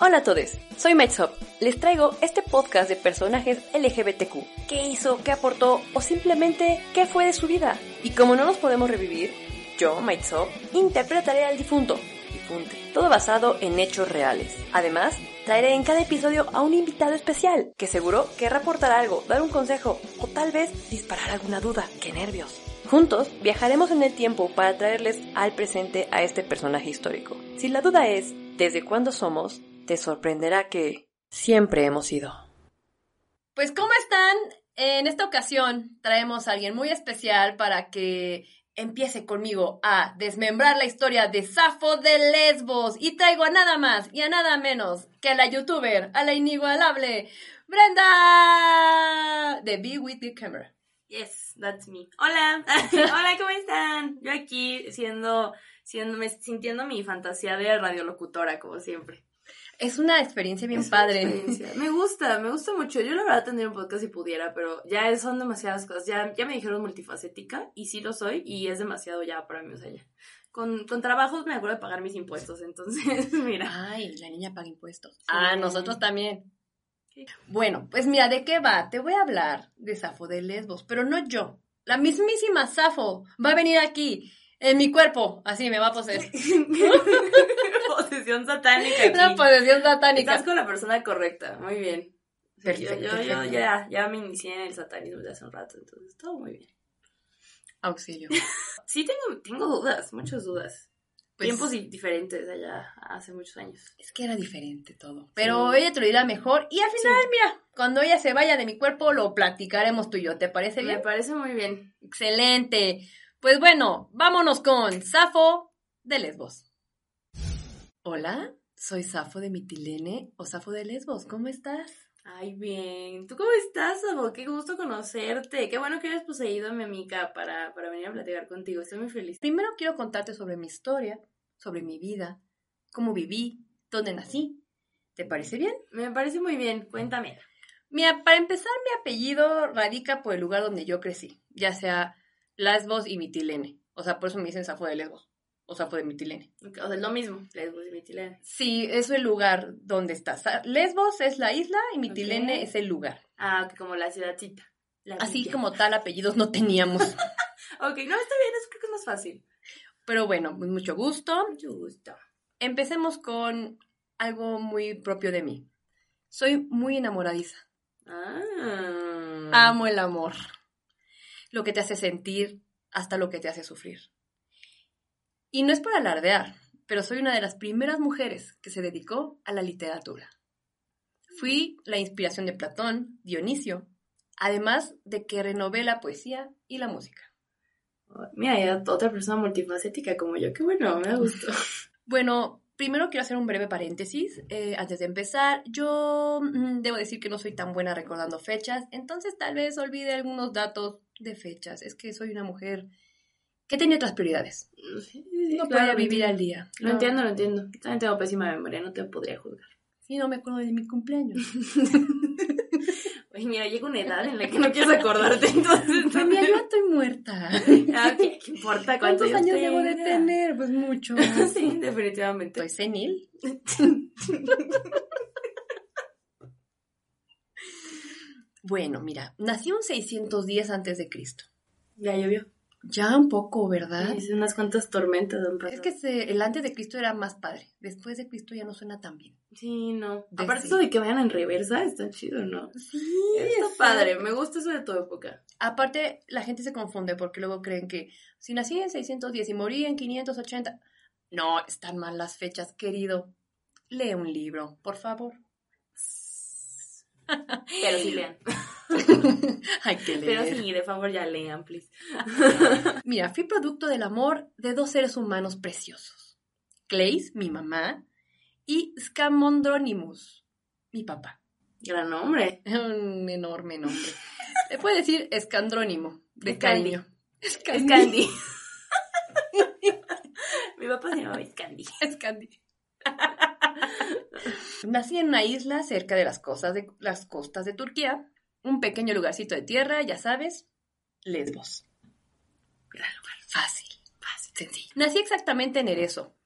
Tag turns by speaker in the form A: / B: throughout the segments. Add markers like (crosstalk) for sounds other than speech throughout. A: Hola a todos, soy Metsop. Les traigo este podcast de personajes LGBTQ. ¿Qué hizo? ¿Qué aportó? ¿O simplemente qué fue de su vida? Y como no los podemos revivir, yo, Metsop, interpretaré al difunto. Difunte. Todo basado en hechos reales. Además, traeré en cada episodio a un invitado especial que seguro querrá aportar algo, dar un consejo o tal vez disparar alguna duda. ¡Qué nervios! Juntos viajaremos en el tiempo para traerles al presente a este personaje histórico. Si la duda es ¿desde cuándo somos? Te sorprenderá que siempre hemos sido.
B: Pues ¿cómo están? En esta ocasión traemos a alguien muy especial para que empiece conmigo a desmembrar la historia de Safo de Lesbos y traigo a nada más y a nada menos que a la youtuber, a la inigualable Brenda de Be With The Camera.
C: Yes, that's me. Hola, (laughs) hola, ¿cómo están? Yo aquí siendo, siendo, me- sintiendo mi fantasía de radiolocutora, como siempre.
B: Es una experiencia bien
C: Es una
B: padre.
C: experiencia. Me gusta, me gusta mucho. Yo la verdad tendría un podcast si pudiera, pero ya es- son demasiadas cosas. Ya, ya me dijeron multifacética y sí lo soy y es demasiado ya para mí, o sea, ya. Con, con trabajos me acuerdo de pagar mis impuestos, entonces, (laughs) mira.
B: Ay, la niña paga impuestos. Ah,
C: Sí.
B: nosotros también. Bueno, pues mira, ¿de qué va? Te voy a hablar de Safo de Lesbos, pero no yo. La mismísima Safo va a venir aquí, en mi cuerpo. Así me va a poseer.
C: (laughs) Posesión satánica. aquí.
B: Una posesión satánica.
C: Estás con la persona correcta, muy bien. Sí,
B: Perfecto,
C: yo, yo- yo
B: perfecto.
C: ya, ya me inicié en el satanismo de hace un rato, entonces todo muy bien.
B: Auxilio.
C: (laughs) Sí, tengo, tengo dudas, muchas dudas.
B: Pues,
C: Tiempos di- diferentes allá hace muchos años.
B: es que era diferente todo. Pero
C: Sí.
B: ella te lo dirá mejor. Y al final,
C: Sí.
B: mira, cuando ella se vaya de mi cuerpo, lo platicaremos tú y yo. ¿Te parece
C: Me
B: bien?
C: parece muy bien.
B: Excelente. Pues bueno, vámonos con Safo de Lesbos. Hola, soy Safo de Mitilene o Safo de Lesbos. ¿Cómo estás?
C: Ay, bien. ¿Tú cómo estás, Sabo? Qué gusto conocerte. Qué bueno que hayas poseído a mi amiga para, para venir a platicar contigo. Estoy muy feliz.
B: Primero quiero contarte sobre mi historia, sobre mi vida, cómo viví, dónde nací. ¿Te parece bien?
C: Me parece muy bien. Cuéntame.
B: Mira, para empezar, mi apellido radica por el lugar donde yo crecí, ya sea Lesbos y Mitilene. O sea, por eso me dicen Safo de Lesbos o Safo de Mitilene.
C: O sea, es lo mismo. Lesbos y Mitilene.
B: Sí, es el lugar donde estás. Lesbos es la isla y Mitilene
C: Ok.
B: es el lugar.
C: Ah, que como la ciudadcita. La
B: Así
C: villa.
B: como tal, apellidos no teníamos.
C: Ok, no, está bien. Eso creo que es más fácil.
B: Pero bueno, muy mucho gusto.
C: Mucho gusto.
B: Empecemos con algo muy propio de mí. Soy muy enamoradiza.
C: Ah.
B: Amo el amor. Lo que te hace sentir hasta lo que te hace sufrir. Y no es por alardear, pero soy una de las primeras mujeres que se dedicó a la literatura. Fui la inspiración de Platón, Dionisio, además de que renové la poesía y la música.
C: Mira, hay otra persona multifacética como yo. Qué bueno, me
B: (laughs)
C: da gusto.
B: Bueno, primero quiero hacer un breve paréntesis. eh, antes de empezar, yo mm, debo decir que no soy tan buena recordando fechas, entonces tal vez olvide algunos datos de fechas. Es que soy una mujer que tenía otras prioridades. No podía vivir al día.
C: Lo entiendo, lo entiendo. Yo También tengo pésima memoria, no te podría juzgar.
B: Y no me acuerdo de mi
C: (laughs)
B: cumpleaños.
C: Oye, mira, llega una edad en la que no quieres acordarte, (laughs) entonces...
B: Pues mira, yo estoy
C: (laughs)
B: muerta.
C: Ah, ¿qué, qué importa cuánto
B: ¿Cuántos
C: yo
B: años debo de
C: tenga? Ah,
B: tener? Pues muchos.
C: (laughs) Sí, definitivamente.
B: Estoy
C: (laughs)
B: senil. Bueno, mira, nací un 610 antes de Cristo.
C: Ya llovió.
B: Ya un poco, ¿verdad?
C: Hice unas cuantas tormentas. han
B: Es
C: pasado.
B: que se- el antes de Cristo era más padre. Después de Cristo ya no suena tan bien.
C: Sí, no.
B: De-
C: Aparte eso de que vayan en reversa está chido, ¿no?
B: Sí,
C: Está padre, me gusta eso de tu época.
B: Aparte, la gente se confunde porque luego creen que si nací en 610 y morí en 580. No, están mal las fechas, querido. Lee un libro, por favor.
C: (laughs) Pero sí lean.
B: Hay que leer.
C: Pero sí, de favor ya lean, please.
B: Mira, fui producto del amor de dos seres humanos preciosos. Clays, mi mamá, y Scamondronimus, mi papá.
C: Gran nombre.
B: (laughs) Un enorme nombre. Le puedo decir escandrónimo, de
C: Escandi.
B: cariño.
C: Es
B: Escandi. (laughs)
C: Candy. Mi papá se llamaba Candy.
B: Escandi. (laughs) Nací en una isla cerca de las, costas de las costas de Turquía, un pequeño lugarcito de tierra, ya sabes, Lesbos. Gran lugar, fácil, fácil, sencillo. Nací exactamente en Ereso.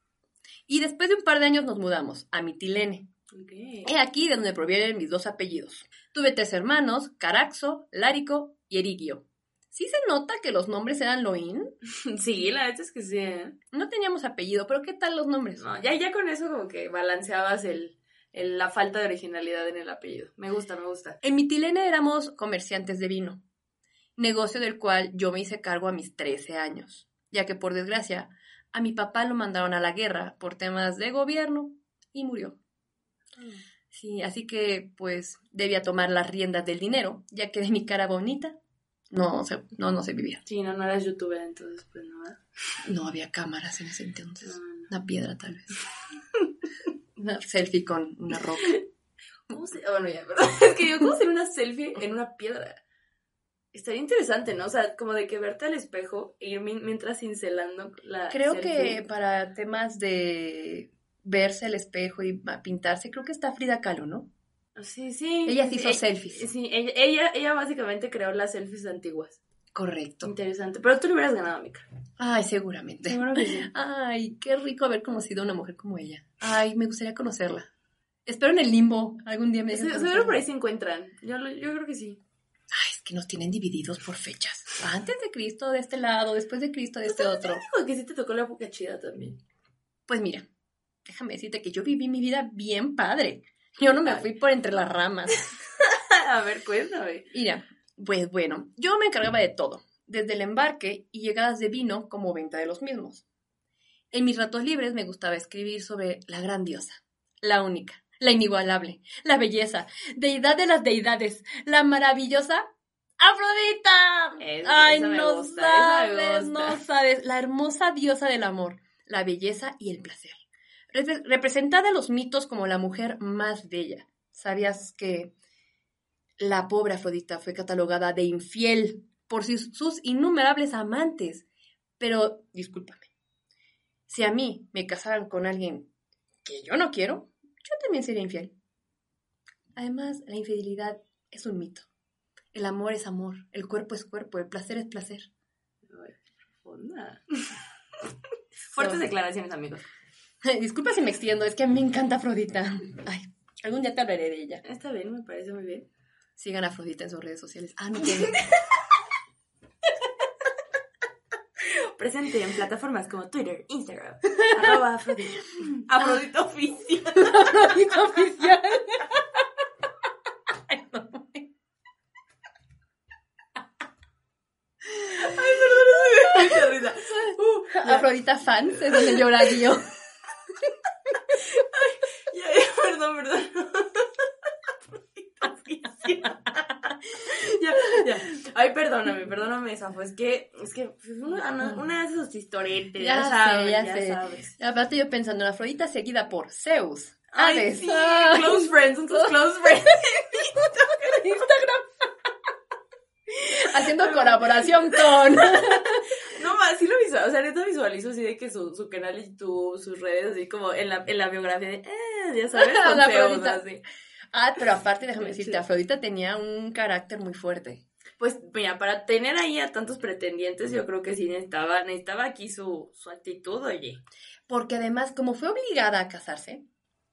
B: Y después de un par de años nos mudamos a Mitilene,
C: Ok.
B: He aquí de donde provienen mis dos apellidos. Tuve tres hermanos, Caraxo, Lárico y Erigio. Sí se nota que los nombres eran Loín.
C: (laughs) Sí, la verdad es que sí. ¿eh?
B: No teníamos apellido, pero ¿qué tal los nombres?
C: No, ya, ya con eso como que balanceabas el, el- la falta de originalidad en el apellido. Me gusta, me gusta.
B: En Mitilene éramos comerciantes de vino, negocio del cual yo me hice cargo a mis 13 años, ya que por desgracia a mi papá lo mandaron a la guerra por temas de gobierno y murió.
C: Mm.
B: Sí, así que pues debía tomar las riendas del dinero, ya que de mi cara bonita no se, no, no se vivía.
C: Sí, no, no eras youtuber, entonces pues no. ¿eh?
B: No había cámaras en ese entonces.
C: No, no.
B: Una piedra tal vez. Una selfie con una roca.
C: ¿Cómo se... ah, Bueno, ya, perdón. (laughs) Es que yo, ¿cómo hacer una selfie en una piedra? Estaría interesante, ¿no? O sea, como de que verte al espejo e ir mi- mientras cincelando la
B: Creo que
C: selfie.
B: para temas de verse al espejo y ma- pintarse, creo que está Frida Kahlo, ¿no?
C: Ah, Sí, sí.
B: Ella sí hizo
C: Eh,
B: selfies.
C: Sí, ella, ella, ella básicamente creó las selfies antiguas.
B: Correcto.
C: Interesante. Pero tú le hubieras ganado, Mika.
B: Ay, seguramente.
C: Seguro que
B: (laughs)
C: sí.
B: Ay, qué rico haber conocido a una mujer como ella. Ay, me gustaría conocerla. Espero en el limbo algún día me dejen
C: Se-
B: conocerla.
C: Seguro por ahí se encuentran. Yo, lo- yo creo que sí.
B: Ay, es que nos tienen divididos por fechas. Antes de Cristo de este lado, después de Cristo de este otro.
C: Digo que sí te tocó la época chida también. (laughs)
B: Pues mira, déjame decirte que yo viví mi vida bien padre. Yo no me fui por entre las ramas.
C: A ver, cuéntame.
B: Mira, pues bueno, yo me encargaba de todo, desde el embarque y llegadas de vino como venta de los mismos. En mis ratos libres me gustaba escribir sobre la gran diosa, la única, la inigualable, la belleza, deidad de las deidades, la maravillosa Afrodita.
C: Es-
B: Ay,
C: esa me
B: no
C: gusta, esa me
B: sabes,
C: gusta.
B: no sabes, la hermosa diosa del amor, la belleza y el placer. Repre- representada en los mitos como la mujer más bella. ¿Sabías que la pobre Afrodita fue catalogada de infiel por sus, sus innumerables amantes. Pero, discúlpame, si a mí me casaran con alguien que yo no quiero, yo también sería infiel. Además, la infidelidad es un mito. El amor es amor, el cuerpo es cuerpo, el placer es placer. (laughs)
C: Ay, qué profunda. Fuertes
B: So-
C: declaraciones, amigos.
B: Disculpa si me extiendo, es que me encanta Afrodita. Ay, algún día te hablaré de ella.
C: Está bien, me parece muy bien.
B: Sigan a Afrodita en sus redes sociales. Ah,
C: (laughs)
B: no tiene.
C: Presente en plataformas como Twitter, Instagram, (laughs) arroba Afrodita. Afrodita oficial.
B: Afrodita oficial. Ay, no.
C: Ay, perdón, se me dio mucha risa. Uh,
B: Afrodita fans es donde llora yo.
C: ya, ya, perdón, perdón. Ya, ya. Ay, perdóname, perdóname, Safo. Es que, es que pues, es una, una de esos historietes, ya,
B: Ya sé,
C: sabes,
B: ya
C: ya,
B: sé.
C: sabes.
B: Aparte yo pensando en Afrodita seguida por Zeus,
C: Ay,
B: Hades,
C: sí,
B: ah,
C: close friends, son tus close
B: (laughs)
C: friends.
B: Instagram, haciendo colaboración con...
C: No más, sí lo visualizo, o sea, neta visualizo así de que su, su canal de YouTube, sus redes, así como en la, en la biografía de, eh, ya sabes, con
B: (laughs) La
C: Zeus,
B: Afrodita.
C: así.
B: Ah, pero aparte déjame decirte,
C: Sí.
B: Afrodita tenía un carácter muy fuerte.
C: Pues mira, para tener ahí a tantos pretendientes, yo creo que sí necesitaba, necesitaba aquí su, su actitud, oye.
B: Porque además, como fue obligada a casarse,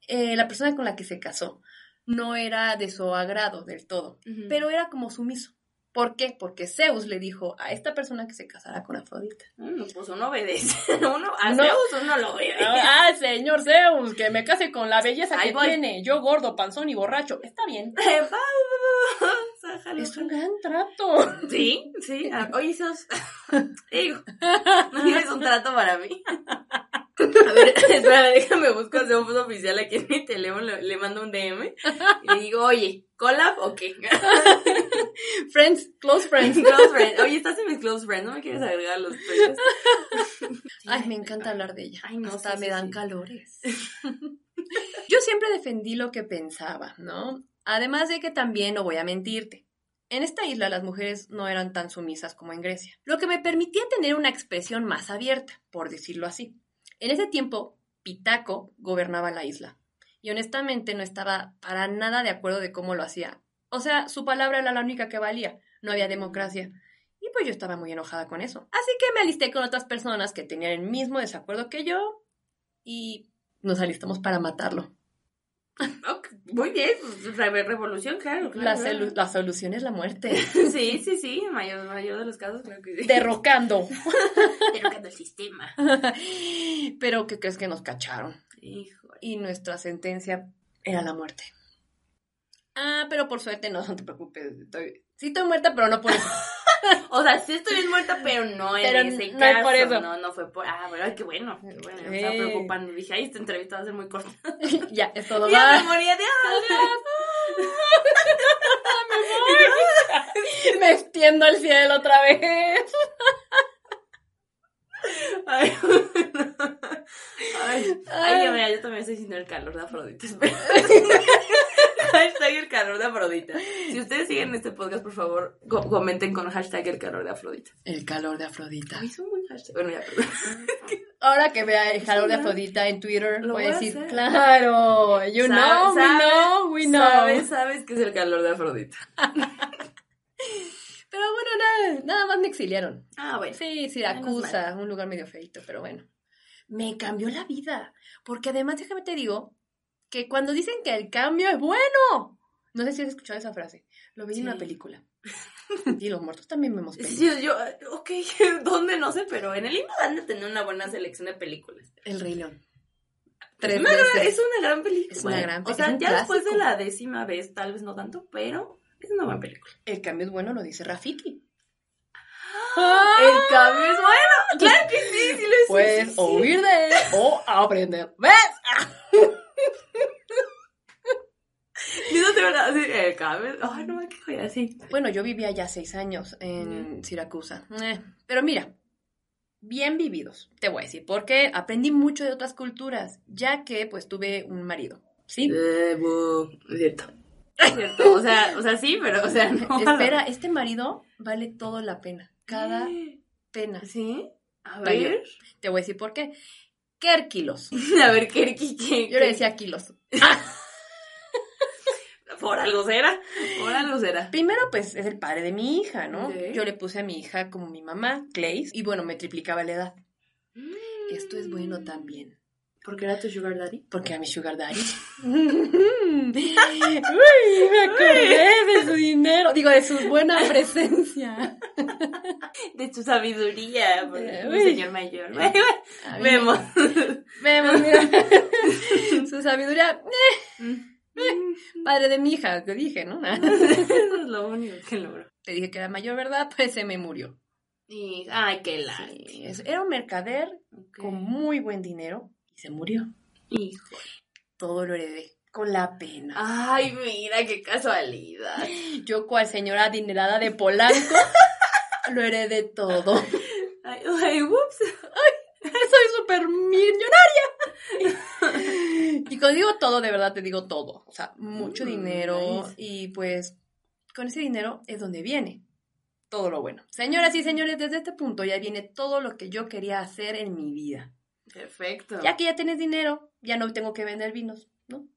B: eh, la persona con la que se casó no era de su agrado del todo, pero era como sumiso. ¿Por qué? Porque Zeus le dijo a esta persona que se casara con Afrodita.
C: Mm, pues uno obedece, (laughs) uno, a
B: No.
C: Zeus uno lo (laughs) obedece.
B: (laughs) Ah, señor Zeus, que me case con la belleza
C: Ahí
B: que
C: voy.
B: tiene. Yo gordo, panzón y borracho. Está bien.
C: Eh, va, va, va, va, sájalo.
B: Es un gran trato.
C: Sí, sí, (laughs) ah, oye, Zeus, (laughs) digo, no tienes un trato para mí. (laughs) A ver, espera, déjame buscar a Zeus oficial aquí en mi teléfono, le, le mando un DM y (laughs) le digo, oye, ¿collab o (laughs) qué?
B: Friends, close friends.
C: Close friends. Oye, estás en mis close friends, no me quieres agregar a los tuyos. (laughs)
B: Ay, me encanta hablar de ella.
C: Ay, no,
B: Hasta
C: sí,
B: me
C: sí,
B: dan
C: sí.
B: calores. (laughs) Yo siempre defendí lo que pensaba, ¿no? Además de que también no voy a mentirte. En esta isla las mujeres no eran tan sumisas como en Grecia, lo que me permitía tener una expresión más abierta, por decirlo así. En ese tiempo, Pitaco gobernaba la isla, y honestamente no estaba para nada de acuerdo de cómo lo hacía. O sea, su palabra era la única que valía, no había democracia. Y pues yo estaba muy enojada con eso. Así que me alisté con otras personas que tenían el mismo desacuerdo que yo y nos alistamos para matarlo.
C: Ok, muy bien, pues, re- revolución, claro. claro
B: La,
C: claro.
B: solu- la solución es la muerte.
C: (laughs) Sí, sí, sí, en mayor, mayor de los casos, creo que sí.
B: Derrocando. (laughs)
C: Derrocando el sistema.
B: Pero ¿qué crees que nos cacharon?
C: Híjole.
B: Y nuestra sentencia era la muerte. Ah, pero por suerte no, (laughs) no te preocupes. estoy- Sí estoy muerta, pero no por
C: (laughs)
B: eso. (laughs)
C: O sea, sí estoy bien muerta, pero no en
B: Pero
C: ese
B: no
C: caso.
B: es por eso.
C: No, no fue por. Ah, bueno, ay, qué bueno. Qué bueno. Me estaba
B: Eh.
C: preocupando. Dije, ay, esta entrevista va a ser muy corta.
B: ya, es todo.
C: Ya
B: bye.
C: me moría de
B: Me extiendo al cielo otra vez.
C: Ay, ay, ay, mira, yo también estoy sintiendo el calor de
B: (laughs)
C: Afrodita. espera. hashtag el calor de Afrodita. Si ustedes siguen este podcast, por favor, co- comenten con hashtag el calor de Afrodita.
B: El calor de Afrodita.
C: Ay, es un buen hashtag. Bueno, ya, perdón.
B: Ahora que vea el calor de
C: Sí,
B: Afrodita en Twitter,
C: Lo
B: voy
C: voy
B: a
C: a
B: decir,
C: hacer.
B: claro, you
C: Sa-
B: know, we
C: sabes-
B: know, we know.
C: Sabes, sabes que es el calor de Afrodita.
B: Pero bueno, nada, nada más me exiliaron.
C: Ah, bueno.
B: Sí, Siracusa, un lugar medio feito, pero bueno. Me cambió la vida, porque además déjame te digo que cuando dicen que el cambio es bueno, no sé si has escuchado esa frase, lo vi
C: Sí.
B: en una película. y los muertos también vemos
C: Sí,
B: películas.
C: sí, yo, ok, (laughs) ¿dónde? No sé, pero en el Limbo han de tener una buena selección de películas.
B: El Rey León.
C: Es
B: Tres
C: una, gran-
B: veces.
C: es una gran película.
B: Es una gran
C: O
B: es
C: sea,
B: un
C: ya después de
B: clásico.
C: la décima vez, tal vez no tanto, pero es una buena película.
B: El cambio es bueno, lo dice Rafiki.
C: El cambio es bueno. Ah. Claro que sí, sí lo es.
B: Puedes
C: sí, sí.
B: o huir de él o aprender. ¿Ves?
C: Sí, no te van a decir, el cambio. es- Ay, no, qué joya, sí.
B: Bueno, yo vivía ya seis años en Siracusa. Eh, pero mira, bien vividos, te voy a decir, porque aprendí mucho de otras culturas, ya que pues tuve un marido. Sí.
C: Eh, bu,
B: (laughs)
C: es cierto. Es cierto. O sea, o sea, sí, pero, o sea, no.
B: Espera, este marido vale todo la pena. Cada
C: Mm.
B: pena.
C: ¿Sí? A
B: Vaya.
C: ver. (laughs)
B: Te voy a decir por qué. Kerkilos.
C: A ver, ¿qué, qué, qué?
B: Yo le decía kilos.
C: Por algo será. Por algo será.
B: Primero, pues, es el padre de mi hija, ¿no?
C: Ok.
B: Yo le puse a mi hija como mi mamá, Clay, y bueno, me triplicaba la edad. Esto es bueno también.
C: Porque era tu sugar daddy.
B: Porque era mi sugar (laughs) daddy. Uy, me acordé de su dinero. Digo, de su buena (laughs) presencia.
C: De tu sabiduría, por
B: Eh,
C: un
B: uy.
C: señor mayor. (laughs) Bueno, bueno,
B: A mí-
C: Vemos.
B: Vemos, (laughs) mira. su sabiduría. Padre de mi hija, te dije, ¿no?
C: Mm. (laughs)
B: (laughs)
C: Eso es lo único que logró.
B: Te dije que era mayor, ¿verdad? Pues se me murió.
C: Y, ay, qué lástima.
B: Sí, es- Era un mercader con muy buen dinero y se murió.
C: Hijo.
B: Todo lo heredé. Con la pena.
C: Ay, mira, qué casualidad.
B: Yo, cual señora adinerada de Polanco, (laughs) lo heredé todo.
C: Ay, ay, ups.
B: soy súper millonaria. (laughs) y cuando digo todo, de verdad te digo todo. O sea, mucho
C: Mm,
B: dinero.
C: nice.
B: Y pues, con ese dinero es donde viene todo lo bueno. Señoras y señores, desde este punto ya viene todo lo que yo quería hacer en mi vida.
C: Perfecto.
B: Ya que ya tienes dinero, ya no tengo que vender vinos, ¿no?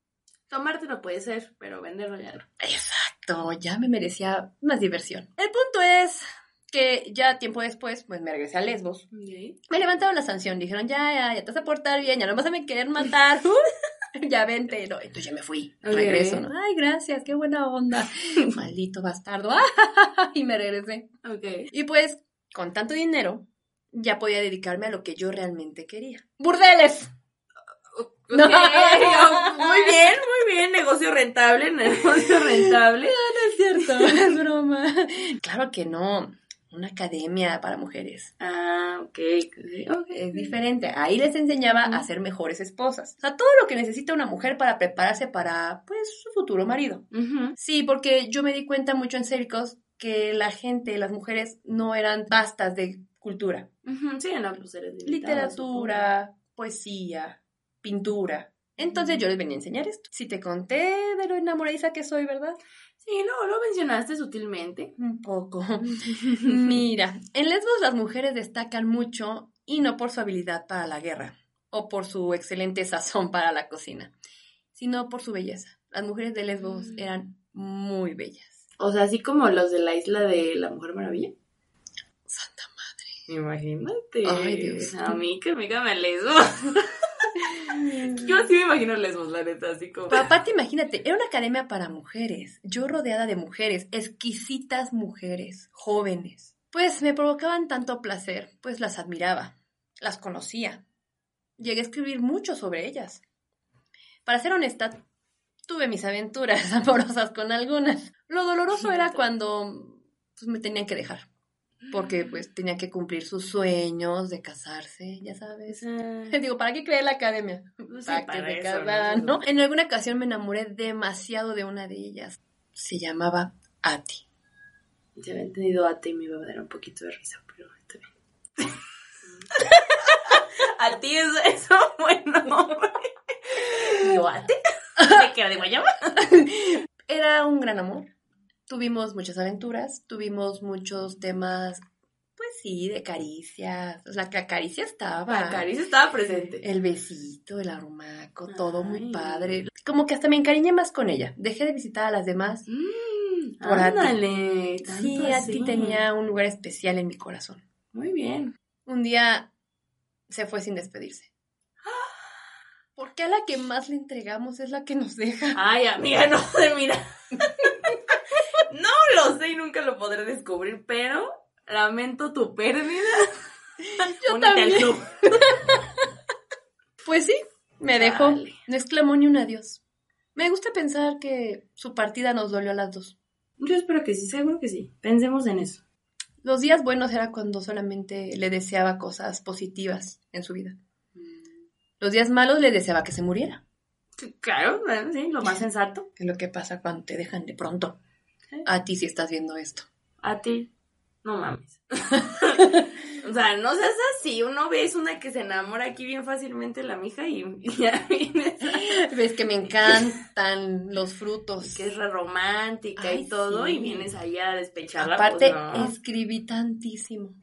C: Tomártelo puede ser, pero venderlo ya no.
B: Exacto, ya me merecía más diversión. El punto es que ya tiempo después, pues me regresé a Lesbos. Me levantaron la sanción, dijeron, ya, ya, ya te vas a portar bien, ya no vas a me querer matar. (laughs) Uh, ya vente, no, entonces ya me fui,
C: Ok.
B: regreso, ¿no? Ay, gracias, qué buena onda. (laughs) Maldito bastardo. (laughs) Ah, y me regresé.
C: Ok.
B: Y pues, con tanto dinero, ya podía dedicarme a lo que yo realmente quería. (laughs) ¡Burdeles! (laughs) No.
C: muy bien, muy bien. Negocio rentable, negocio rentable.
B: Es cierto, (laughs) es broma. Claro que no. Una academia para mujeres.
C: Ah, ok.
B: Es diferente. Ahí les enseñaba a ser mejores esposas. O sea, todo lo que necesita una mujer para prepararse para, pues, su futuro marido.
C: Ujú.
B: Sí, porque yo me di cuenta mucho en Céricos que la gente, las mujeres, no eran bastas de cultura.
C: Ujú, Sí, no, pues eres limitada,
B: Literatura, poesía, pintura. Entonces yo les venía a enseñar esto. Si te conté de lo enamoradiza que soy, ¿verdad?
C: supongo. Sí, no, lo
B: (laughs)
C: mencionaste sutilmente.
B: Un
C: (laughs)
B: poco. Mira, en Lesbos las mujeres destacan mucho y no por su habilidad para la guerra o por su excelente sazón para la cocina, sino por su belleza. Las mujeres de Lesbos
C: Mm.
B: eran muy bellas.
C: O sea, así como los de la isla de la Mujer Maravilla.
B: Santa
C: Imagínate.
B: Ay, Dios.
C: A mí que me cama el lesbo. (laughs) Yo así me imagino lesbos, la neta, así como.
B: Papá, te imagínate, era una academia para mujeres, yo rodeada de mujeres, exquisitas mujeres, jóvenes. Pues me provocaban tanto placer, pues las admiraba, las conocía. Llegué a escribir mucho sobre ellas. Para ser honesta, tuve mis aventuras (laughs) amorosas con algunas. Lo doloroso era cuando pues, me tenían que dejar, porque pues tenía que cumplir sus sueños de casarse, ya sabes. (laughs) Digo, ¿para qué creé la academia?
C: No sé,
B: Para que
C: para
B: se
C: eso,
B: casaran,
C: ¿no?
B: ¿no? En alguna ocasión me enamoré demasiado de una de ellas. Se llamaba Ati.
C: Se había entendido a ti y me iba a dar un poquito de risa, pero está bien.
B: (laughs)
C: a ti es eso, (laughs) bueno. Yo a ti. ¿De qué? ¿De guayaba?
B: Era un gran amor. Tuvimos muchas aventuras, tuvimos muchos temas, pues sí, de caricias. O sea, la caricia estaba.
C: La caricia estaba presente.
B: El besito, el arrumaco, todo muy
C: Ay.
B: padre. Como que hasta me encariñé más con ella. Dejé de visitar a las demás.
C: Mm,
B: Por a ti.
C: ándale. tanto
B: Sí, a ti
C: así.
B: tenía un lugar especial en mi corazón.
C: Muy bien.
B: Un día se fue sin (gasps) despedirse. Porque a la que más le entregamos es la que nos deja.
C: Ay, amiga, no (laughs) sé, mira. no lo sé y nunca lo podré descubrir, pero lamento tu pérdida.
B: (laughs) Yo
C: Únete al
B: también.
C: club.
B: Pues sí, me dejó.
C: Dale.
B: No exclamó ni un adiós. Me gusta pensar que su partida nos dolió a las dos.
C: Yo espero que sí, seguro que sí. Pensemos en eso.
B: Los días buenos era cuando solamente le deseaba cosas positivas en su vida. Los días malos le deseaba que se muriera.
C: Claro, bueno, sí, lo más sensato.
B: Es lo que pasa cuando te dejan de pronto.
C: Sí.
B: A ti si estás viendo esto.
C: A ti, no mames. (laughs) o sea, no seas así. Uno ve es una que se enamora aquí bien fácilmente la mija y, (laughs) y ya vienes.
B: (laughs) Ves que me encantan los frutos.
C: pues, Que es re romántica
B: Ay,
C: y todo,
B: sí.
C: y vienes ahí a despecharla.
B: Aparte,
C: pues, no.
B: escribí tantísimo.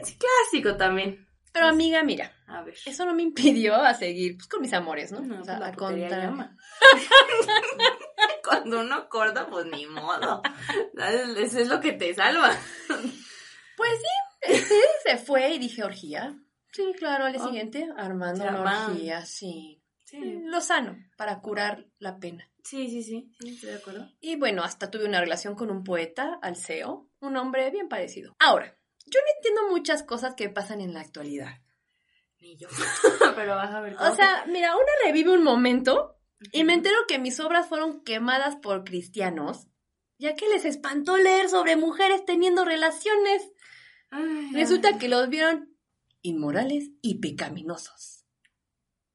C: es clásico también.
B: Pero amiga, mira,
C: A ver.
B: eso no me impidió a seguir pues, con mis amores, ¿no?
C: No,
B: O sea,
C: pues la
B: a
C: putería
B: contar-
C: llama. (laughs) Cuando uno acorda, pues ni modo. ¿Sabes? Eso es lo que te salva.
B: Pues (laughs) sí, este, se fue y dije orgía. Sí, claro, al día
C: Oh.
B: siguiente armando
C: Se
B: una
C: armaban.
B: orgía, sí.
C: Sí,
B: Lo sano, para curar la pena.
C: sí, sí, sí, sí, estoy de acuerdo.
B: Y bueno, hasta tuve una relación con un poeta, Alceo, un hombre bien parecido. Ahora, yo no entiendo muchas cosas que pasan en la actualidad.
C: Ni yo. (laughs) Pero vas a ver
B: O sea, mira, una revive un momento y me entero que mis obras fueron quemadas por cristianos, ya que les espantó leer sobre mujeres teniendo relaciones.
C: Ay,
B: Resulta que los vieron inmorales y pecaminosos.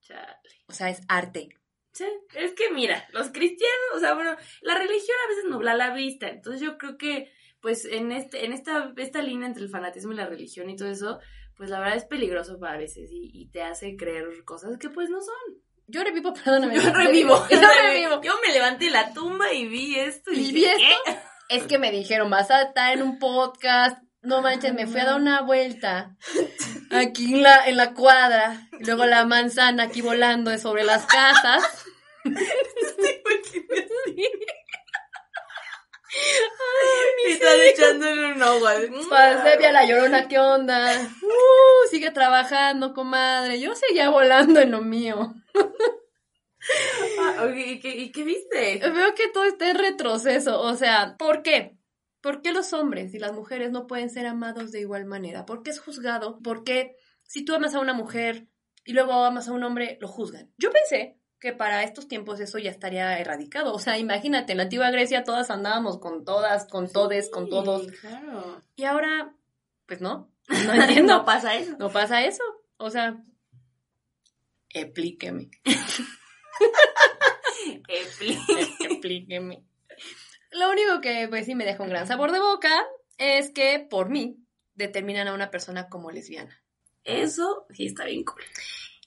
C: chale.
B: O sea, es arte.
C: Sí, es que mira, los cristianos, o sea, bueno, la religión a veces nubla la vista, entonces yo creo que, pues, en este, en esta, esta línea entre el fanatismo y la religión y todo eso, pues la verdad es peligroso para veces y, y te hace creer cosas que pues no son.
B: Yo revivo, (laughs) perdóname.
C: Yo revivo.
B: (laughs) Yo revivo.
C: Yo me levanté de la tumba y vi esto.
B: Y
C: Y, dije,
B: vi esto.
C: ¿qué?
B: Es que me dijeron, vas a estar en un podcast. No manches, me fui a dar una vuelta aquí en la, en la cuadra. Y luego la manzana aquí volando sobre las casas.
C: Y están echándole un
B: (laughs)
C: ojo. así.
B: Pues, Pasé a la llorona, ¿qué onda? Uh, sigue trabajando, comadre. Yo seguía volando en lo mío.
C: Ah, ok, ¿y, qué, y qué viste?
B: Veo que todo está en retroceso. O sea, ¿por qué? ¿Por qué los hombres y las mujeres no pueden ser amados de igual manera? ¿Por qué es juzgado? ¿Por qué si tú amas a una mujer y luego amas a un hombre, lo juzgan? Yo pensé que para estos tiempos eso ya estaría erradicado. O sea, imagínate, en la antigua Grecia todas andábamos con todas, con todes, con todos.
C: Sí, Claro. (laughs)
B: Y ahora, pues no. (laughs) No
C: No
B: entiendo.
C: pasa eso.
B: no pasa eso. O sea, explíqueme.
C: Eh, pli-
B: Explíqueme. Lo único que, pues sí, me deja un gran sabor de boca es que, por mí, determinan a una persona como lesbiana.
C: Eso sí está bien cool.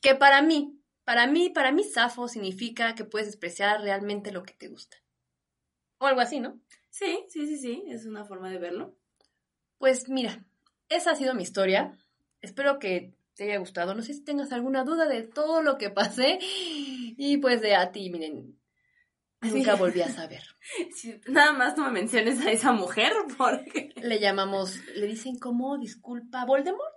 B: Que para mí, para mí, para mí, safo significa que puedes despreciar realmente lo que te gusta. O algo así, ¿no?
C: Sí, sí, sí, sí, es una forma de verlo.
B: Pues mira, esa ha sido mi historia. Espero que te haya gustado. No sé si tengas alguna duda de todo lo que pasé. Y pues de a ti, miren, nunca
C: Sí.
B: volví a saber.
C: (laughs) Sí, nada más no me menciones a esa mujer (laughs) porque
B: Le llamamos, le dicen como, disculpa, Voldemort.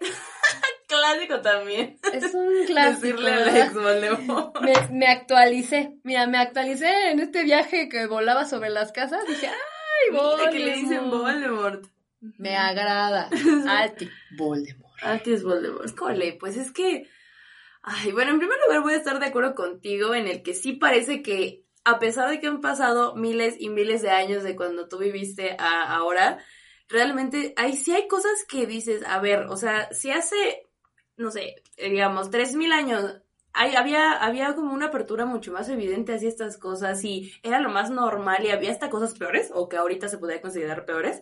C: clásico también.
B: Es
C: (laughs)
B: un clásico.
C: Decirle al
B: ¿verdad?
C: ex Voldemort.
B: me, me actualicé. Mira, me actualicé en este viaje que volaba sobre las casas. Dije, ¡ay,
C: Mira
B: Voldemort!
C: (laughs) que le dicen Voldemort.
B: Me
C: (laughs)
B: agrada. Alti. Voldemort.
C: Antes Ah, es Voldemort. Cole, pues es que. Ay, bueno, en primer lugar voy a estar de acuerdo contigo en el que sí parece que, a pesar de que han pasado miles y miles de años de cuando tú viviste a ahora, realmente hay, sí hay cosas que dices, a ver, o sea, si hace, no sé, digamos, 3.000 años, hay- había, había como una apertura mucho más evidente hacia estas cosas y era lo más normal y había hasta cosas peores o que ahorita se podría considerar peores.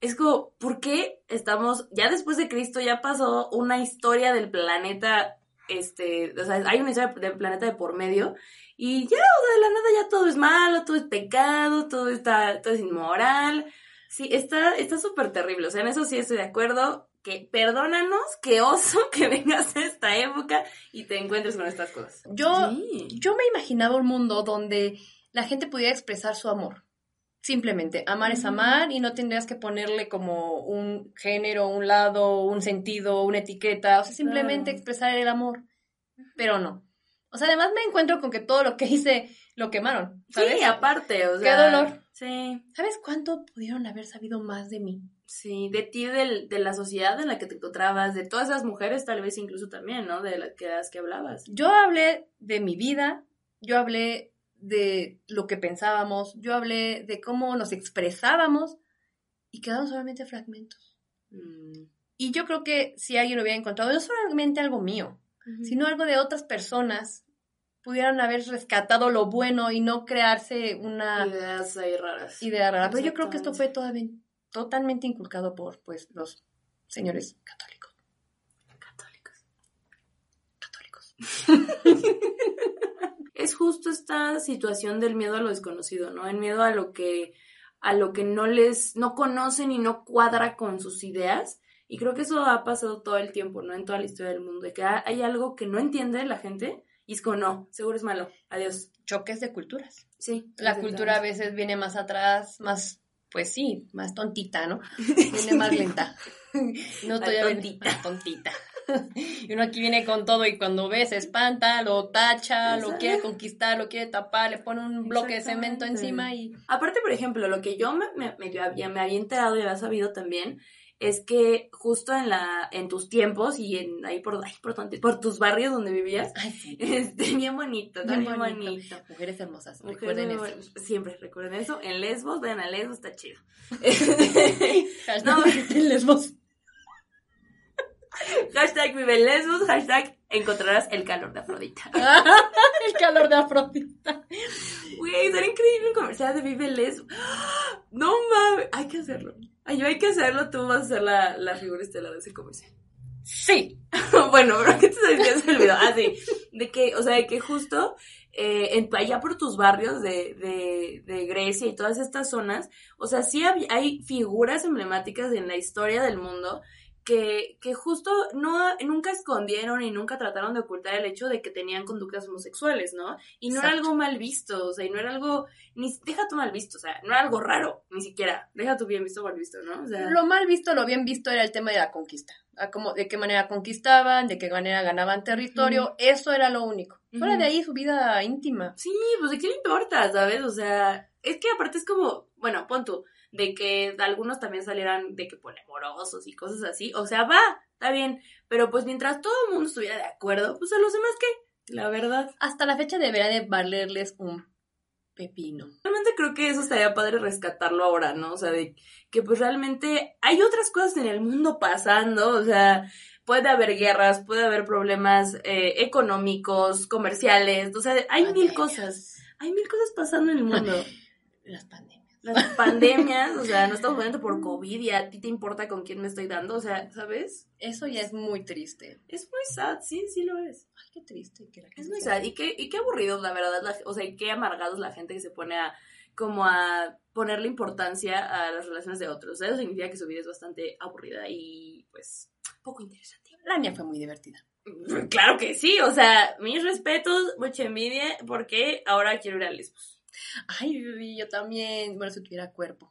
C: Es como, ¿por qué estamos, ya después de Cristo, ya pasó una historia del planeta, este, o sea, hay una historia del planeta de por medio y ya, o sea, de la nada ya todo es malo, todo es pecado, todo está, todo es inmoral. Sí, está, está súper terrible. O sea, en eso sí estoy de acuerdo. Que perdónanos, que oso (laughs) que vengas a esta época y te encuentres con estas cosas.
B: Yo,
C: Sí.
B: yo me imaginaba un mundo donde la gente pudiera expresar su amor. Simplemente, amar es amar y no tendrías que ponerle como un género, un lado, un sentido, una etiqueta. O sea, simplemente
C: Claro.
B: expresar el amor. Pero no. O sea, además me encuentro con que todo lo que hice lo quemaron. ¿sabes?
C: Sí, aparte, o
B: Qué
C: sea.
B: dolor.
C: Sí,
B: ¿Sabes cuánto pudieron haber sabido más de mí?
C: sí. De ti, del- de la sociedad en la que te encontrabas, de todas esas mujeres, tal vez incluso también, ¿no? De las que, las que hablabas.
B: Yo hablé de mi vida, yo hablé de lo que pensábamos, yo hablé de cómo nos expresábamos y quedaron solamente fragmentos.
C: Mm.
B: Y yo creo que si alguien lo hubiera encontrado, no solamente algo mío, sino algo de otras personas, pudieran haber rescatado lo bueno y no crearse una
C: Ideas ahí raras.
B: idea rara. Pero yo creo que esto fue todavía- totalmente inculcado por pues, los señores católicos.
C: Católicos.
B: católicos.
C: (laughs) Es justo esta situación del miedo a lo desconocido, ¿no? El miedo a lo que a lo que no les no conocen y no cuadra con sus ideas. Y creo que eso ha pasado todo el tiempo, ¿no? En toda la historia del mundo, de que ha- hay algo que no entiende la gente y es como, no, seguro es malo. Adiós.
B: Choques de culturas.
C: Sí.
B: la cultura a veces viene más atrás, más, pues sí, más tontita,
C: (laughs)
B: ¿no? Viene más lenta. No
C: Más
B: todavía viene
C: tontita.
B: más tontita. (laughs) Y uno aquí viene con todo y cuando ve se espanta, lo tacha, lo
C: Exacto.
B: quiere conquistar, lo quiere tapar, le pone un bloque de cemento
C: Exactamente.
B: encima y...
C: Aparte, por ejemplo, lo que yo me, me- medio había, me había enterado y había sabido también es que justo en la en tus tiempos y en ahí por ahí por, donde- por tus barrios donde vivías (laughs)
B: Ay, sí.
C: Este, bien bonito,
B: Bien
C: bien, bonito.
B: Mujeres hermosas,
C: Mujeres
B: recuerden
C: muy (laughs)
B: eso.
C: bonitas. Siempre recuerden eso. En Lesbos, vean a Lesbos, está chido.
B: (laughs)
C: (laughs)
B: No, lesbos.
C: hashtag vive en Lesbos, hashtag encontrarás el calor de Afrodita.
B: (laughs) El calor de Afrodita.
C: Güey, será increíble un comercial de vive en Lesbos. ¡Ah! No mames, hay que hacerlo. Ay, yo hay que hacerlo, tú vas a ser la, la figura estelar de ese comercial.
B: Sí.
C: (laughs) bueno, pero ¿qué te sabes que se olvidó? Ah, sí. De que, o sea, de que justo eh, en, allá por tus barrios de, de, de Grecia y todas estas zonas, o sea, sí hab- hay figuras emblemáticas en la historia del mundo que, que justo no, nunca escondieron y nunca trataron de ocultar el hecho de que tenían conductas homosexuales, ¿no? Y no era
B: Exacto.
C: algo mal visto, o sea, y no era algo, ni, deja tu mal visto, o sea, no era algo raro, ni siquiera, deja tu bien visto o mal visto, ¿no? O sea,
B: Lo mal visto, lo bien visto era el tema de la conquista. A cómo- de qué manera conquistaban, de qué manera ganaban territorio, eso era lo único. Fuera
C: Ujú.
B: de ahí su vida íntima.
C: Sí, pues de qué le importa, ¿sabes? O sea, es que aparte es como, bueno, pon tú, de que algunos también salieran de que polemorosos y cosas así. O sea, va, está bien. Pero pues mientras todo el mundo estuviera de acuerdo, pues a los demás qué. La verdad.
B: Hasta la fecha debería de valerles un pepino.
C: Realmente creo que eso estaría padre rescatarlo ahora, ¿no? O sea, de que pues realmente hay otras cosas en el mundo pasando, o sea, puede haber guerras, puede haber problemas eh, económicos, comerciales, o sea, hay mil
B: Pandemias.
C: cosas, hay mil cosas pasando en el mundo.
B: Las pandemias.
C: las pandemias, o sea, no estamos poniendo por COVID y a ti te importa con quién me estoy dando, o sea, ¿sabes?
B: Eso ya es muy triste.
C: Es muy sad, sí, sí lo es.
B: Ay, qué triste que la
C: Es
B: gente
C: muy
B: sea-
C: sad. Y qué, y qué aburridos, la verdad, la- o sea, y qué amargados la gente que se pone a, como a ponerle importancia a las relaciones de otros. O sea, eso significa que su vida es bastante aburrida y, pues, poco interesante.
B: La mía fue muy divertida.
C: Claro que sí, o sea, mis respetos, mucha envidia, porque ahora quiero ir a Lesbos.
B: Ay, sí, yo también. Bueno, si tuviera cuerpo.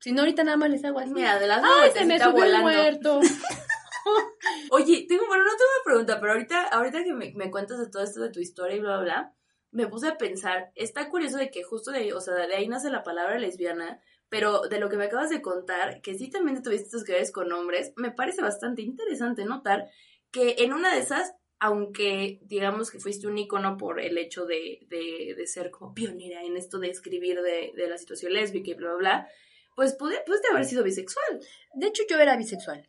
B: Si no, ahorita nada más les hago así.
C: Mira, de las
B: Ay, se me
C: vueltecita
B: subió el
C: (laughs) volando.
B: muerto.
C: Oye, tengo, bueno, no tengo una pregunta, pero ahorita, ahorita que me, me cuentas de todo esto de tu historia y bla, bla, bla, me puse a pensar, está curioso de que justo de ahí, o sea, de ahí nace la palabra lesbiana, pero de lo que me acabas de contar, que sí también tuviste tus quereres con hombres, me parece bastante interesante notar que en una de esas, aunque digamos que fuiste un ícono por el hecho de, de, de ser como pionera en esto de escribir de, de la situación lésbica y bla, bla, bla, pues pude, pudiste haber sido bisexual.
B: De hecho, yo era bisexual.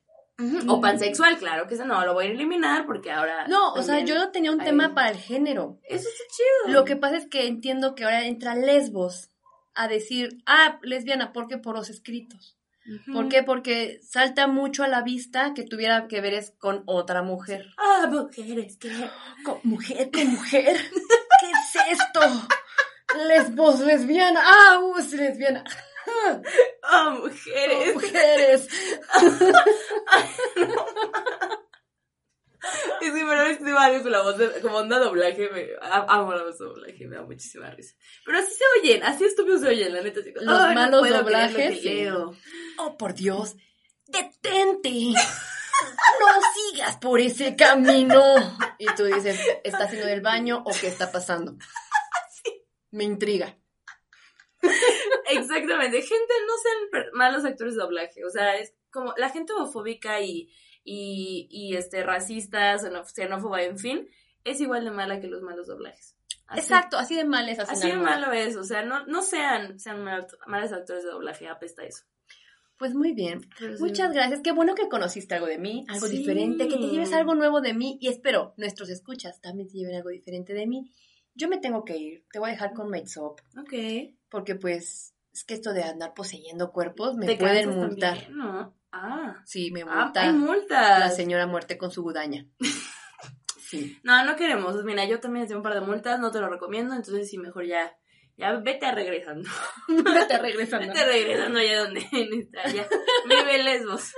C: O pansexual, claro, que eso no lo voy a eliminar porque ahora...
B: No, o sea,
C: también-
B: yo no tenía un
C: ahí.
B: tema para el género.
C: Eso está chido.
B: Lo que pasa es que entiendo que ahora entra lesbos a decir, ah, lesbiana, ¿por qué? Por los escritos.
C: Ujú.
B: ¿Por qué? Porque salta mucho a la vista que tuviera que ver es con otra mujer.
C: Ah, mujeres, que...
B: Con mujer, con mujer. ¿Qué es esto? Lesbos, lesbiana. Ah, uh, es lesbiana.
C: Ah,
B: Oh,
C: mujeres.
B: (laughs) mujeres.
C: Es que me es que me da risa la voz, de- como onda doblaje, me, a- amo la voz de doblaje, me da muchísima risa. Pero así se oyen, así estúpidos se oyen, la neta. así como,
B: Los
C: "Ay, no
B: malos
C: puedo creer lo
B: doblajes,
C: que
B: sí.
C: leo".
B: Oh, por Dios. Detente. No sigas por ese camino. Y tú dices, ¿está haciendo del baño o qué está (laughs) pasando? Me intriga.
C: Exactamente, gente, no sean per- malos actores de doblaje, o sea, es como la gente homofóbica y, y, y este, racista, xenof- xenófoba, en fin, es igual de mala que los malos doblajes. Así-
B: Exacto, así de mal es hacer
C: Así de
B: algo.
C: malo es, o sea, no, no sean, sean mal- malos actores de doblaje, apesta eso.
B: Pues muy bien.
C: Pero sí.
B: Muchas gracias. Qué bueno que conociste algo de mí, algo
C: Sí.
B: diferente, que te lleves algo nuevo de mí y espero nuestros escuchas también se lleven algo diferente de mí. Yo me tengo que ir, te voy a dejar con Mates Up,
C: Ok.
B: porque pues es que esto de andar poseyendo cuerpos me
C: Te
B: pueden
C: cansas
B: multar.
C: también, ¿no? Ah.
B: Sí, me
C: Ah,
B: multa
C: hay
B: la
C: multas.
B: señora muerte con su
C: (laughs)
B: gudaña. Sí.
C: No, no queremos. Mira, yo también hice un par de multas, no te lo recomiendo, entonces sí, mejor ya. Ya vete regresando.
B: Te regresando.
C: Vete regresando allá donde (laughs) está, ya. Vive Lesbos.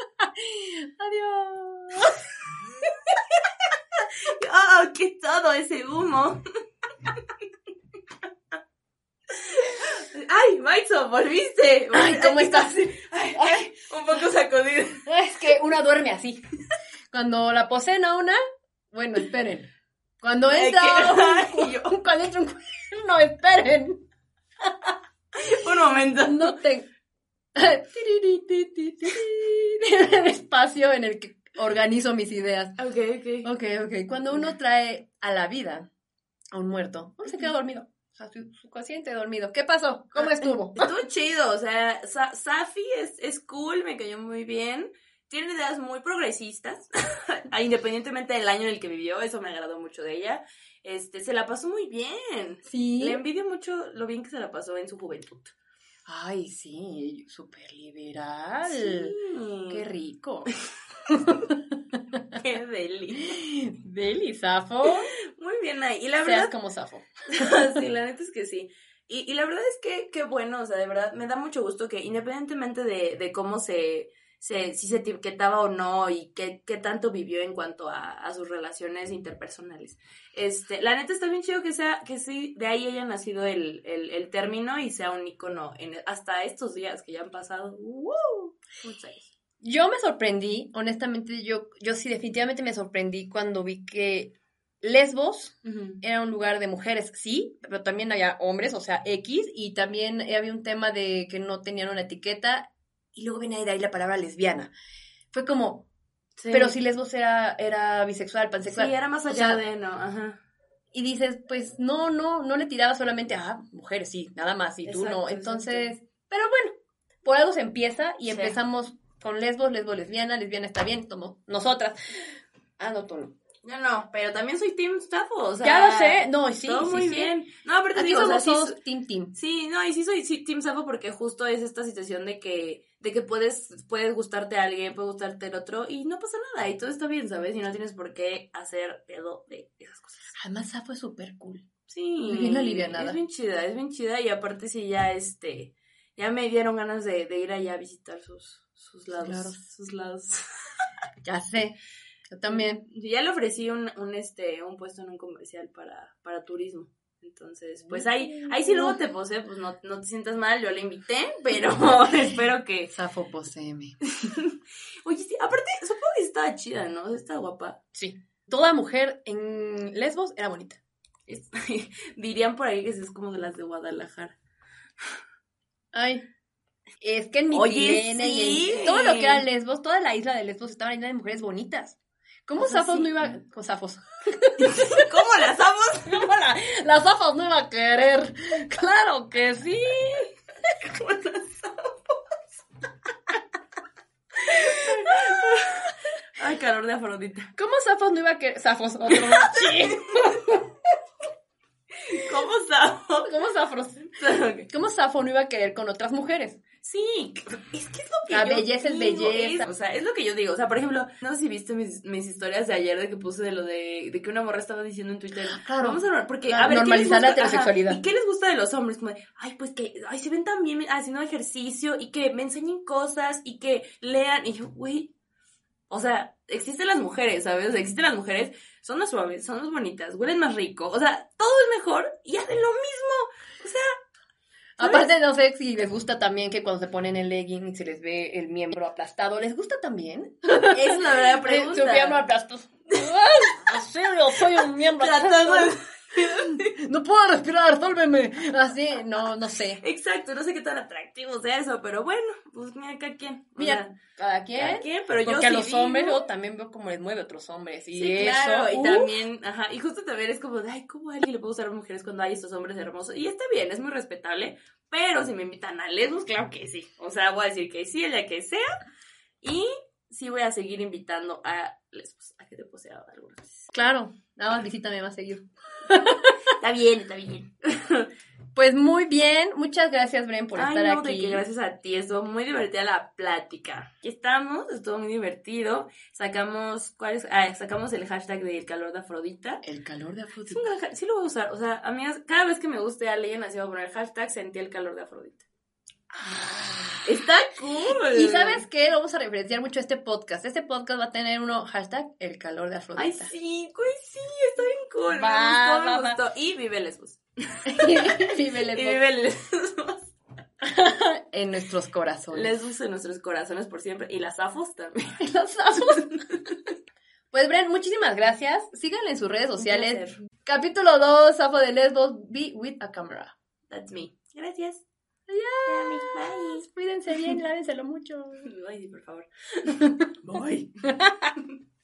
B: Adiós.
C: (laughs) ¡Oh, qué todo ese humo! (laughs) ¡Ay, Maizo, volviste!
B: Ay, ¿cómo
C: Ay,
B: estás?
C: ay, ay, un poco sacudida.
B: (laughs) Es que una duerme así. Cuando la poseen a una, bueno, esperen. Cuando
C: Ay,
B: entra
C: qué-
B: un-
C: ay,
B: (laughs)
C: yo-
B: cuando entra un cuerno, esperen.
C: (laughs) Un momento.
B: No (laughs) te (laughs) espacio en el que organizo mis ideas.
C: Ok, ok.
B: Ok, ok. Cuando uno trae a la vida a un muerto, uno se queda dormido. O sea, su, su consciente dormido. ¿Qué pasó? ¿Cómo estuvo?
C: Estuvo chido, o sea, Sa- Safi es, es cool, me cayó muy bien. Tiene ideas muy progresistas, (laughs) independientemente del año en el que vivió, eso me agradó mucho de ella. Este, se la pasó muy bien.
B: (laughs)
C: Le
B: Sí.
C: envidio mucho lo bien que se la pasó en su juventud.
B: Ay, sí, súper liberal.
C: Sí. (laughs)
B: Qué rico.
C: Qué deli.
B: Deli, Safo.
C: Muy bien ahí. Y la
B: Seas
C: verdad,
B: como Safo.
C: (laughs) sí, la neta es que sí. Y, y la verdad es que, qué bueno, o sea, de verdad, me da mucho gusto que independientemente de, de cómo se, se, si se etiquetaba o no y qué, qué tanto vivió en cuanto a, a sus relaciones interpersonales. Este, la neta está bien chido que sea, que sí, de ahí haya nacido el, el, el término y sea un icono en, hasta estos días que ya han pasado. ¡Woo! Muchos años.
B: Yo me sorprendí, honestamente, yo, yo sí definitivamente me sorprendí cuando vi que Lesbos era un lugar de mujeres, sí, pero también había hombres, o sea, X, y también había un tema de que no tenían una etiqueta, y luego viene de ahí la palabra lesbiana. Fue como,
C: Sí.
B: pero si Lesbos era, era bisexual,
C: Sí,
B: pansexual.
C: era más
B: O
C: allá
B: sea,
C: de no, ajá.
B: y dices, pues no, no, no le tiraba solamente a mujeres, sí, nada más, y tú
C: Exacto,
B: no.
C: exacto.
B: Entonces, pero bueno, por algo se empieza y
C: Sí.
B: empezamos con lesbos, lesbo, lesbiana, lesbiana está bien, como nosotras. Ah, no, tú no.
C: Yo no, pero también soy Team Staffo, o sea.
B: ya lo sé, no, sí,
C: todo
B: sí,
C: muy
B: sí.
C: bien. No, pero te
B: Aquí
C: digo, o sea,
B: somos
C: sí,
B: todos team team.
C: Sí, no, y sí soy sí, Team Safo porque justo es esta situación de que, de que puedes, puedes gustarte a alguien, puede gustarte el otro, y no pasa nada, y todo está bien, ¿sabes? Y no tienes por qué hacer pedo de esas cosas.
B: Además, Safo es súper cool.
C: Sí.
B: Es bien alivianada.
C: Es bien chida, es bien chida, y aparte sí ya este, ya me dieron ganas de, de ir allá a visitar sus, sus lados.
B: lados.
C: Sus lados.
B: Ya sé, yo también.
C: Yo ya le ofrecí un, un este, un puesto en un comercial para, para turismo. Entonces, pues ahí, ahí si luego te posee, pues no, no te sientas mal, yo la invité, pero (laughs) espero que
B: Safo poseeme.
C: Oye, sí, aparte, supongo que sí estaba chida, ¿no? Sí estaba guapa.
B: Sí. Toda mujer en Lesbos era bonita.
C: Es- Este, (laughs) dirían por ahí que sí es como de las de Guadalajara. (laughs)
B: Ay. Es que en mi
C: Oye,
B: y en
C: sí.
B: todo lo que era Lesbos, toda la isla de Lesbos estaba llena de mujeres bonitas. ¿Cómo
C: O sea,
B: Zafos
C: Ah, sí.
B: no iba con Zafos? (laughs)
C: (laughs) ¿Cómo las amos?
B: ¿Cómo la, la Zafos no iba a querer? Claro que sí.
C: ¿Cómo las amos? Ay, calor de Afrodita.
B: ¿Cómo Zafos no iba a querer? Zafos, otro.
C: (laughs)
B: Sí.
C: ¿Cómo (laughs) estamos?
B: ¿Cómo Zafros? ¿Cómo Zafo no iba a querer con otras mujeres?
C: Sí, es que es lo que
B: La
C: yo
B: belleza es
C: digo,
B: belleza.
C: es- o sea, es lo que yo digo. O sea, por ejemplo, no sé si viste mis, mis historias de ayer de que puse de lo de, de que una morra estaba diciendo en Twitter.
B: Claro.
C: Vamos a nor- porque
B: Claro,
C: a ver, ¿qué les
B: normalizar la
C: gusta? Ajá,
B: heterosexualidad.
C: ¿Y qué les gusta de los hombres? Como, de, ay, pues que ay, se ven tan bien haciendo ejercicio y que me enseñen cosas y que lean. Y yo, güey, o sea, existen las mujeres, ¿sabes? O sea, existen las mujeres, son más suaves, son más bonitas, huelen más rico. O sea, todo es mejor y hacen lo mismo. ¿Sabes?
B: Aparte, no sé si les gusta también que cuando se ponen el legging y se les ve el miembro aplastado, ¿les gusta también?
C: Esa es la
B: (laughs)
C: verdadera
B: Eh, Su miembro
C: pregunta.
B: aplastado.
C: (laughs)
B: ¡Ay! ¿En serio? Soy un miembro
C: Tratando
B: aplastado.
C: de-
B: (laughs) No puedo respirar, sálvenme. Así, no, no sé.
C: Exacto, no sé qué tan atractivo sea eso, pero bueno, pues mira, cada quien. O
B: Mira,
C: sea,
B: ¿Cada
C: cada
B: quien?
C: quien, pero yo
B: Porque a
C: sí
B: los
C: digo-
B: hombres yo también veo cómo les mueve a otros hombres. Y
C: Sí,
B: eso, uh.
C: claro, Uh. y
B: uf,
C: también, ajá, y justo también es como de, ay, ¿cómo a alguien le puede gustar a mujeres cuando hay estos hombres hermosos? Y está bien, es muy respetable, pero si me invitan a Lesbos, claro que sí. O sea, voy a decir que sí, el día que sea, y sí voy a seguir invitando a Lesbos a que te posea algunas veces.
B: Claro, nada más visítame más seguido.
C: Está bien, está bien.
B: Pues muy bien, muchas gracias, Bren, por
C: Ay,
B: estar
C: no, de
B: aquí.
C: que gracias a ti, estuvo muy divertida la plática. Aquí estamos, estuvo muy divertido. Sacamos, ¿cuál es? Ah, sacamos el hashtag del calor de Afrodita.
B: El calor de
C: Es
B: Afrodita.
C: un gran ha- sí lo voy a usar, o sea, amigas, cada vez que me guste alguien, así voy a poner hashtag sentí el calor de Afrodita.
B: Ah.
C: Está (laughs) cool.
B: Y sabes qué, Lo vamos a referenciar mucho a este podcast. Este podcast va a tener uno hashtag el calor de (laughs)
C: Ay,
B: Afrodita.
C: sí, güey, sí, está bien cool.
B: Va,
C: me gustó,
B: va,
C: me gustó. Y
B: (laughs)
C: vive Lesbos.
B: Vive
C: Y
B: Lesbos
C: vive Lesbos.
B: en nuestros corazones.
C: Lesbos en nuestros corazones por siempre. Y las afos también.
B: (laughs) Los amo. Pues Bren, muchísimas gracias. Síganle en sus redes
C: Un
B: sociales.
C: placer.
B: Capítulo 2, Safo de Lesbos, Be with a Camera.
C: That's me. Gracias.
B: Adiós.
C: (laughs)
B: Cuídense bien, lávenselo mucho.
C: Bye. Ay, sí, por favor.
B: Bye.